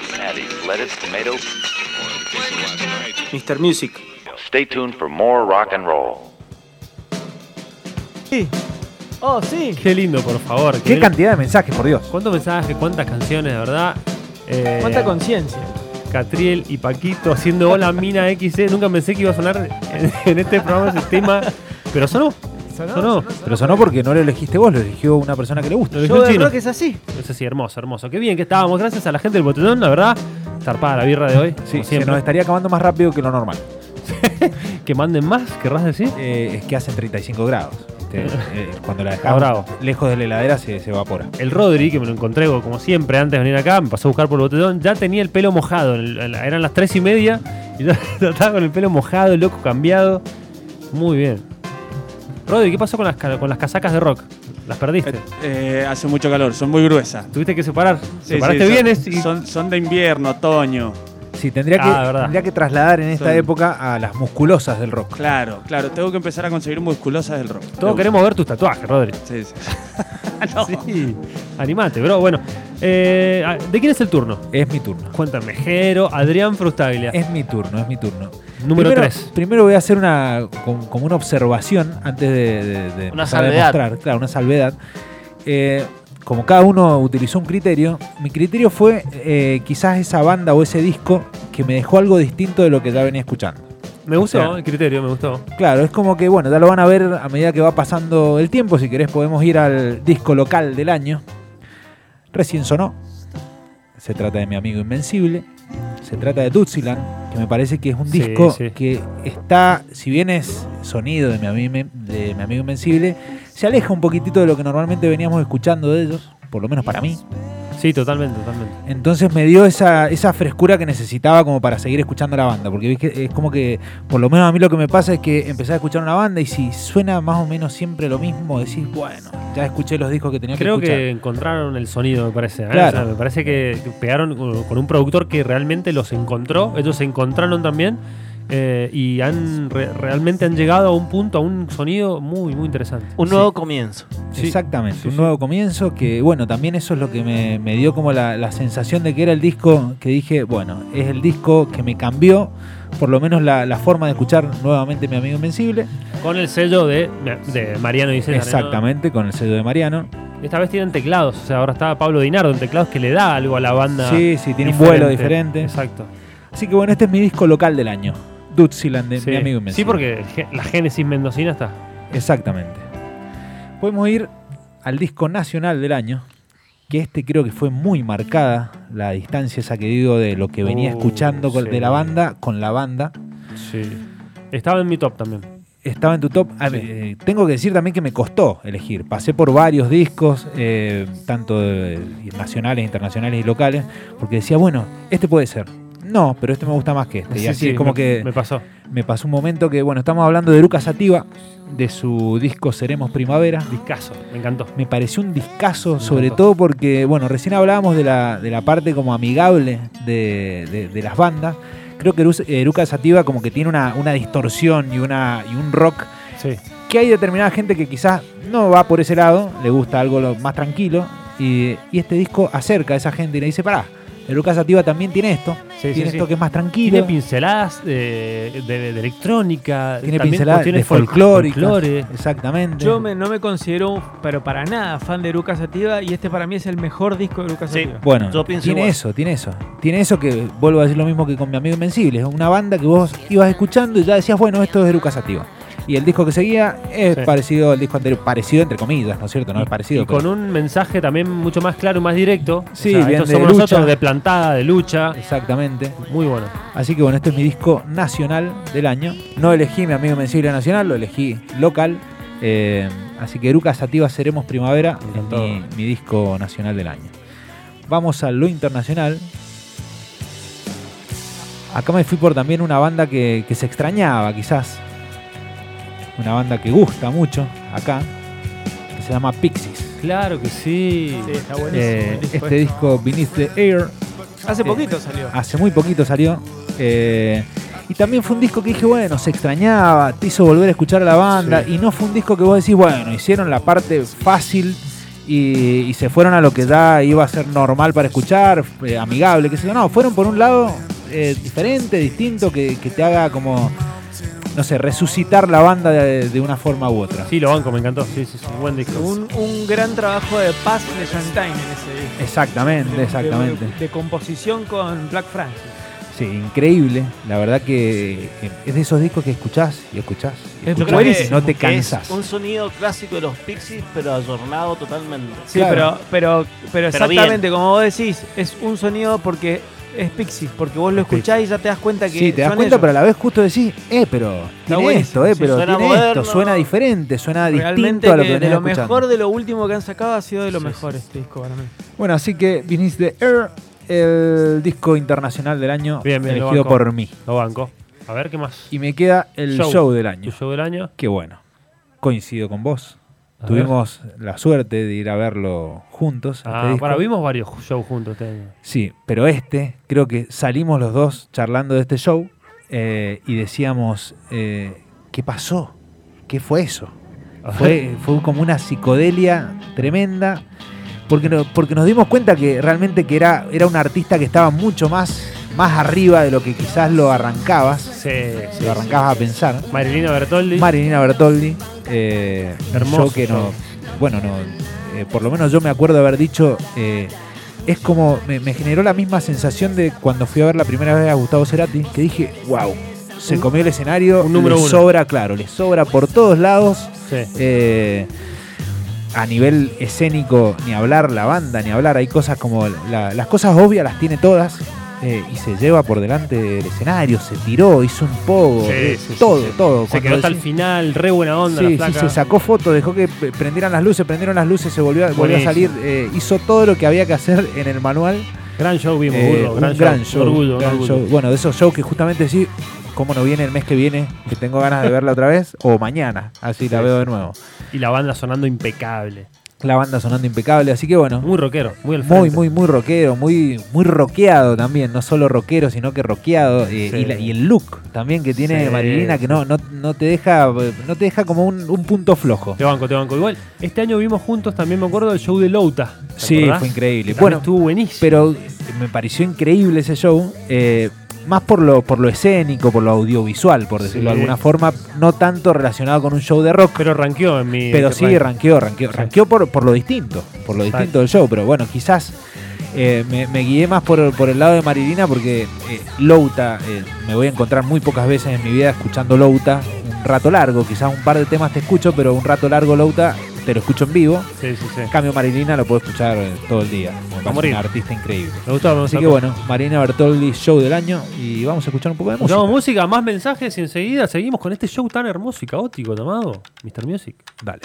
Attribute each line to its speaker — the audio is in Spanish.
Speaker 1: Patties, lettuce, tomatoes.
Speaker 2: Mr. Music.
Speaker 1: Stay tuned for more rock and roll.
Speaker 3: Sí. Oh, sí.
Speaker 4: Qué lindo, por favor.
Speaker 5: Qué cantidad de mensajes, por Dios.
Speaker 4: ¿Cuántos mensajes, cuántas canciones, de verdad? Eh,
Speaker 3: Cuánta conciencia.
Speaker 4: Catriel y Paquito haciendo Hola Mina XC. Nunca pensé que iba a sonar en, en este programa ese tema, pero sonó. Sonó,
Speaker 5: Pero sonó porque no lo elegiste vos, lo eligió una persona que le gusta.
Speaker 4: Lo eligió
Speaker 3: Yo
Speaker 4: el
Speaker 3: de
Speaker 4: chino.
Speaker 3: rock es así.
Speaker 4: Eso sí, hermoso, hermoso. Qué bien que estábamos. Gracias a la gente del botetón, la verdad. Zarpada la birra de hoy.
Speaker 5: Sí,
Speaker 4: como
Speaker 5: se
Speaker 4: siempre.
Speaker 5: nos estaría acabando más rápido que lo normal.
Speaker 4: Que manden más, querrás decir.
Speaker 5: Eh, es que hacen 35 grados. Este, eh, cuando la
Speaker 4: Está
Speaker 5: dejamos
Speaker 4: bravo.
Speaker 5: lejos de la heladera se, se evapora.
Speaker 4: El Rodri, que me lo encontré como siempre antes de venir acá, me pasó a buscar por el botetón, ya tenía el pelo mojado. El- el- Eran las tres y media y ya estaba con el pelo mojado, el loco cambiado. Muy bien. Rodri, ¿qué pasó con las, ca- con las casacas de rock? ¿Las perdiste?
Speaker 6: Eh, hace mucho calor, son muy gruesas.
Speaker 4: ¿Tuviste que separar?
Speaker 6: Sí,
Speaker 4: ¿Separaste
Speaker 6: sí, son-
Speaker 4: bien? Es- y-
Speaker 6: Son, son de invierno, otoño.
Speaker 5: Sí, tendría que,
Speaker 4: Ah, verdad.
Speaker 5: tendría que trasladar en esta
Speaker 6: Son-
Speaker 5: época a las musculosas del rock.
Speaker 6: Claro, claro. Tengo que empezar a conseguir musculosas del rock.
Speaker 4: Todos queremos ver tus tatuajes, Rodri.
Speaker 6: Sí, sí.
Speaker 4: Sí. Animate, bro. Bueno, eh, a- ¿de quién es el turno?
Speaker 5: Es mi turno.
Speaker 4: Cuéntame, Jero, Adrián Frustaglia.
Speaker 5: Es mi turno, es mi turno.
Speaker 4: Número
Speaker 5: primero,
Speaker 4: 3.
Speaker 5: Primero voy a hacer una com- como una observación antes de, de- de
Speaker 7: Una
Speaker 5: empezar a
Speaker 7: salvedad.
Speaker 5: demostrar. Claro, una salvedad. Eh, como cada uno utilizó un criterio, mi criterio fue eh, quizás esa banda o ese disco que me dejó algo distinto de lo que ya venía escuchando.
Speaker 4: Me gustó
Speaker 5: o sea-
Speaker 4: el criterio, me gustó.
Speaker 5: Claro, es como que, bueno, ya lo van a ver a medida que va pasando el tiempo. Si querés, podemos ir al disco local del año. Recién sonó. Se trata de Mi Amigo Invencible. Se trata de Dutziland, que me parece que es un
Speaker 4: Sí,
Speaker 5: disco
Speaker 4: sí.
Speaker 5: que está, si bien es sonido de mi, Ami- de Mi Amigo Invencible, se aleja un poquitito de lo que normalmente veníamos escuchando de ellos, por lo menos para mí.
Speaker 4: Sí, totalmente, totalmente.
Speaker 5: Entonces me dio esa, esa frescura que necesitaba como para seguir escuchando la banda. Porque ves que es como que, por lo menos a mí lo que me pasa es que empecé a escuchar una banda y si suena más o menos siempre lo mismo, decís, bueno, ya escuché los discos que tenía
Speaker 4: Creo
Speaker 5: que escuchar.
Speaker 4: que encontraron el sonido, me parece. ¿eh? O
Speaker 5: Claro.
Speaker 4: sea, me parece que pegaron con- con un productor que realmente los encontró. Ellos se encontraron también. eh, y han re- realmente han llegado a un punto, a un sonido muy, muy interesante.
Speaker 7: Un nuevo comienzo.
Speaker 4: sí,
Speaker 5: Exactamente,
Speaker 4: sí,
Speaker 5: un
Speaker 4: sí.
Speaker 5: nuevo comienzo que, bueno, también eso es lo que me, me dio como la, la sensación de que era el disco que dije, bueno, es el disco que me cambió, por lo menos la, la forma de escuchar nuevamente Mi Amigo Invencible.
Speaker 4: Con el sello de, de Mariano y César, ¿no?
Speaker 5: Exactamente, con el sello de Mariano.
Speaker 4: Esta vez tienen teclados. O sea, ahora está Pablo Dinardo en teclados que le da algo a la banda.
Speaker 5: Sí, sí, tiene un vuelo diferente.
Speaker 4: Exacto.
Speaker 5: Así que bueno, este es mi disco local del año. Dutziland de
Speaker 4: Sí.
Speaker 5: mi amigo
Speaker 4: Sí,
Speaker 5: Invencible.
Speaker 4: porque ge- la génesis mendocina está.
Speaker 5: Exactamente. Podemos ir al disco nacional del año, que este creo que fue muy marcada la distancia esa que digo de lo que venía
Speaker 4: Uh,
Speaker 5: escuchando con-
Speaker 4: sí.
Speaker 5: de la banda con la banda.
Speaker 4: Sí. Estaba en mi top también.
Speaker 5: Estaba en tu top. Ah, eh, tengo que decir también que me costó elegir. Pasé por varios discos, eh, tanto de- nacionales, internacionales y locales, porque decía, bueno, este puede ser. No, pero este me gusta más que este. Y
Speaker 4: Sí,
Speaker 5: así
Speaker 4: sí,
Speaker 5: es como
Speaker 4: me-
Speaker 5: que.
Speaker 4: Me pasó.
Speaker 5: me pasó un momento que, bueno, estamos hablando de Luca Sativa, de su disco Seremos Primavera.
Speaker 4: Discaso. Me encantó.
Speaker 5: Me pareció un discazo, sobre
Speaker 4: encantó.
Speaker 5: todo porque, bueno, recién hablábamos de la, de la parte como amigable de, de- de las bandas. Creo que Luz- eh, Luca Sativa como que tiene una, una distorsión y, una, y un rock
Speaker 4: Sí.
Speaker 5: que hay determinada gente que quizás no va por ese lado, le gusta algo lo- más tranquilo, y, y este disco acerca a esa gente y le dice, pará, el Luca Sativa también tiene esto,
Speaker 4: Sí,
Speaker 5: tiene
Speaker 4: sí, sí.
Speaker 5: esto que es más tranquilo.
Speaker 4: Tiene pinceladas eh, de, de- de electrónica.
Speaker 5: Tiene
Speaker 4: también
Speaker 5: pinceladas de
Speaker 4: cuestiones fol-
Speaker 5: folclóricas.
Speaker 4: folclore.
Speaker 5: Exactamente.
Speaker 3: Yo me- no me considero, un- pero para nada, fan de Lucas Sativa y este para mí es el mejor disco de Lucas
Speaker 7: Sí.
Speaker 3: Sativa.
Speaker 5: Bueno,
Speaker 7: Yo pienso
Speaker 5: tiene
Speaker 7: igual.
Speaker 5: eso, tiene eso. Tiene eso que vuelvo a decir lo mismo que con mi amigo Invencible. Es una banda que vos ibas escuchando y ya decías, bueno, esto es de Lucas Sativa. Y el disco que seguía es
Speaker 4: Sí.
Speaker 5: parecido al disco anterior, parecido entre comillas, ¿no es cierto? No es parecido.
Speaker 4: Y con
Speaker 5: pero-
Speaker 4: un mensaje también mucho más claro, más directo.
Speaker 5: Sí,
Speaker 4: O sea,
Speaker 5: bien
Speaker 4: estos
Speaker 5: de
Speaker 4: somos
Speaker 5: lucha.
Speaker 4: nosotros de plantada, de lucha.
Speaker 5: Exactamente.
Speaker 4: Muy bueno.
Speaker 5: Así que bueno, este es mi disco nacional del año. No elegí mi amigo Invencible nacional, lo elegí local. Eh, así que Lucas Sativa Seremos Primavera
Speaker 4: Me
Speaker 5: es
Speaker 4: encantó.
Speaker 5: mi, mi disco nacional del año. Vamos a lo internacional. Acá me fui por también una banda que, que se extrañaba, quizás. Una banda que gusta mucho acá, que se llama Pixies.
Speaker 4: Claro que sí.
Speaker 3: Sí, está buenísimo.
Speaker 5: Eh,
Speaker 3: el disco
Speaker 5: este
Speaker 3: este.
Speaker 5: disco Beneath the Air
Speaker 3: Hace
Speaker 5: eh,
Speaker 3: poquito salió.
Speaker 5: hace muy poquito salió. eh, y también fue un disco que dije, bueno, se extrañaba, te hizo volver a escuchar a la banda. Y no fue un disco que vos decís, bueno, hicieron la parte fácil y, y se fueron a lo que ya iba a ser normal para escuchar, eh, amigable, qué sé yo. No, fueron por un lado eh, diferente, distinto, que, que te haga como, no sé, resucitar la banda de, de una forma u otra.
Speaker 4: Sí, lo banco, me encantó. Sí, sí, sí, buen disco.
Speaker 3: Un, un gran trabajo de Paz de Shantine en ese disco.
Speaker 5: Exactamente,
Speaker 3: De-
Speaker 5: exactamente.
Speaker 3: De, de composición con Black Francis.
Speaker 5: Sí, increíble. La verdad que eh, es de esos discos que escuchás y escuchás. y
Speaker 3: Es
Speaker 5: escuchás,
Speaker 3: buenísimo,
Speaker 5: no te
Speaker 2: que es
Speaker 5: cansas.
Speaker 2: un sonido clásico de los Pixies, pero ayornado totalmente.
Speaker 3: Sí,
Speaker 5: Claro.
Speaker 3: pero, pero, pero
Speaker 2: Pero bien.
Speaker 3: exactamente, como vos decís, es un sonido porque es Pixies, porque vos lo escuchás y ya te das cuenta que.
Speaker 5: Sí, te das
Speaker 3: son
Speaker 5: cuenta,
Speaker 3: ellos.
Speaker 5: pero a la vez justo decís, eh, pero tiene
Speaker 3: buenísimo,
Speaker 5: esto, eh,
Speaker 3: sí,
Speaker 5: pero
Speaker 2: suena
Speaker 5: tiene
Speaker 2: moderno.
Speaker 5: esto, suena diferente, suena
Speaker 3: Realmente
Speaker 5: distinto a lo que
Speaker 3: que de
Speaker 5: venía
Speaker 3: lo
Speaker 5: escuchando.
Speaker 3: mejor de lo último que han sacado ha sido de lo mejor este disco para mí.
Speaker 5: Bueno, así que Beneath the Air, el disco internacional del año
Speaker 4: Bien, bien, lo
Speaker 5: elegido
Speaker 4: banco.
Speaker 5: por mí.
Speaker 4: Lo banco. A ver, ¿qué más?
Speaker 5: Y me queda el show,
Speaker 4: Show.
Speaker 5: del
Speaker 4: ¿Tu
Speaker 5: año.
Speaker 4: show del año?
Speaker 5: Qué bueno. Coincido con vos.
Speaker 4: A
Speaker 5: Tuvimos la suerte de ir a verlo juntos. este
Speaker 4: Ah,
Speaker 5: disco.
Speaker 4: para, vimos varios shows juntos este año.
Speaker 5: Sí, pero este, creo que salimos los dos charlando de este show eh, y decíamos, eh, ¿qué pasó? ¿Qué fue eso? Fue, fue como una psicodelia tremenda, porque, no- porque nos dimos cuenta que realmente que era, era un artista que estaba mucho más, más arriba de lo que quizás lo arrancabas,
Speaker 4: Sí, sí.
Speaker 5: lo arrancabas a pensar.
Speaker 4: Marilina Bertoldi.
Speaker 5: Marilina Bertoldi, eh,
Speaker 4: Hermoso
Speaker 5: yo que no,
Speaker 4: show.
Speaker 5: bueno, no, eh, por lo menos yo me acuerdo haber dicho, eh, es como, me, me generó la misma sensación de cuando fui a ver la primera vez a Gustavo Cerati, que dije, wow, se comió el escenario,
Speaker 4: un número
Speaker 5: le
Speaker 4: uno.
Speaker 5: sobra, claro, le sobra por todos lados,
Speaker 4: Sí.
Speaker 5: eh, a nivel escénico, ni hablar la banda, ni hablar, hay cosas como, la- las cosas obvias las tiene todas. eh, y se lleva por delante del escenario, se tiró, hizo un pogo,
Speaker 4: Sí,
Speaker 5: eh,
Speaker 4: sí, sí,
Speaker 5: todo,
Speaker 4: sí.
Speaker 5: todo.
Speaker 4: Se
Speaker 5: Cuando
Speaker 4: quedó hasta el
Speaker 5: decís-
Speaker 4: final, re buena onda
Speaker 5: Sí,
Speaker 4: la
Speaker 5: sí,
Speaker 4: flaca.
Speaker 5: se sacó fotos, dejó que p- prendieran las luces, prendieron las luces, se volvió, a- volvió a salir,
Speaker 4: Buenísimo.
Speaker 5: eh, hizo todo lo que había que hacer en el manual.
Speaker 4: Gran show vimos,
Speaker 5: Eh,
Speaker 4: burro,
Speaker 5: un
Speaker 4: gran, show. Orgullo,
Speaker 5: gran
Speaker 4: orgullo.
Speaker 5: show. Bueno, de esos shows que justamente sí, cómo no viene el mes que viene, que tengo ganas de verla otra vez, o mañana, así la
Speaker 4: Sí.
Speaker 5: veo de nuevo.
Speaker 4: Y la banda sonando impecable.
Speaker 5: La banda sonando impecable, así que bueno,
Speaker 4: Muy rockero, muy al
Speaker 5: muy,
Speaker 4: frente.
Speaker 5: muy, muy rockero, muy, muy rockeado también, no solo rockero, sino que rockeado. eh,
Speaker 4: Sí.
Speaker 5: y, la- y el look también que tiene
Speaker 4: Sí.
Speaker 5: Marilina, que no, no, no te deja, no te deja como un, un punto flojo.
Speaker 4: Te banco, te banco. Igual, este año vimos juntos también, me acuerdo, el show de Louta. ¿te
Speaker 5: Sí,
Speaker 4: acordás?
Speaker 5: fue
Speaker 4: Que
Speaker 5: increíble.
Speaker 4: también
Speaker 5: Bueno,
Speaker 4: estuvo buenísimo.
Speaker 5: pero me pareció increíble ese show, eh, más por lo, por lo escénico, por lo audiovisual, por decirlo
Speaker 4: Sí.
Speaker 5: de alguna forma, no tanto relacionado con un show de rock,
Speaker 4: Pero ranqueó en mi. este
Speaker 5: pero sí
Speaker 4: ranking.
Speaker 5: ranqueó, ranqueó,
Speaker 4: Sí.
Speaker 5: ranqueó por, por lo distinto, por lo
Speaker 4: Exacto.
Speaker 5: distinto del show, pero bueno, quizás eh, me, me guié más por, por el lado de Marilina porque eh, Louta, eh, me voy a encontrar muy pocas veces en mi vida escuchando Louta, un rato largo, quizás un par de temas te escucho, pero un rato largo Louta te lo escucho en vivo.
Speaker 4: Sí, sí, sí.
Speaker 5: En cambio, Marilina lo puedo escuchar eh, todo el día. Me parece
Speaker 4: morir.
Speaker 5: una artista increíble.
Speaker 4: Me gustó, me
Speaker 5: Así
Speaker 4: gustó.
Speaker 5: que bueno, Marina Bertoldi, show del año. Y vamos a escuchar un poco de música.
Speaker 4: Escuchamos música, más mensajes y enseguida seguimos con este show tan hermoso y caótico llamado Mr. Music.
Speaker 5: Dale.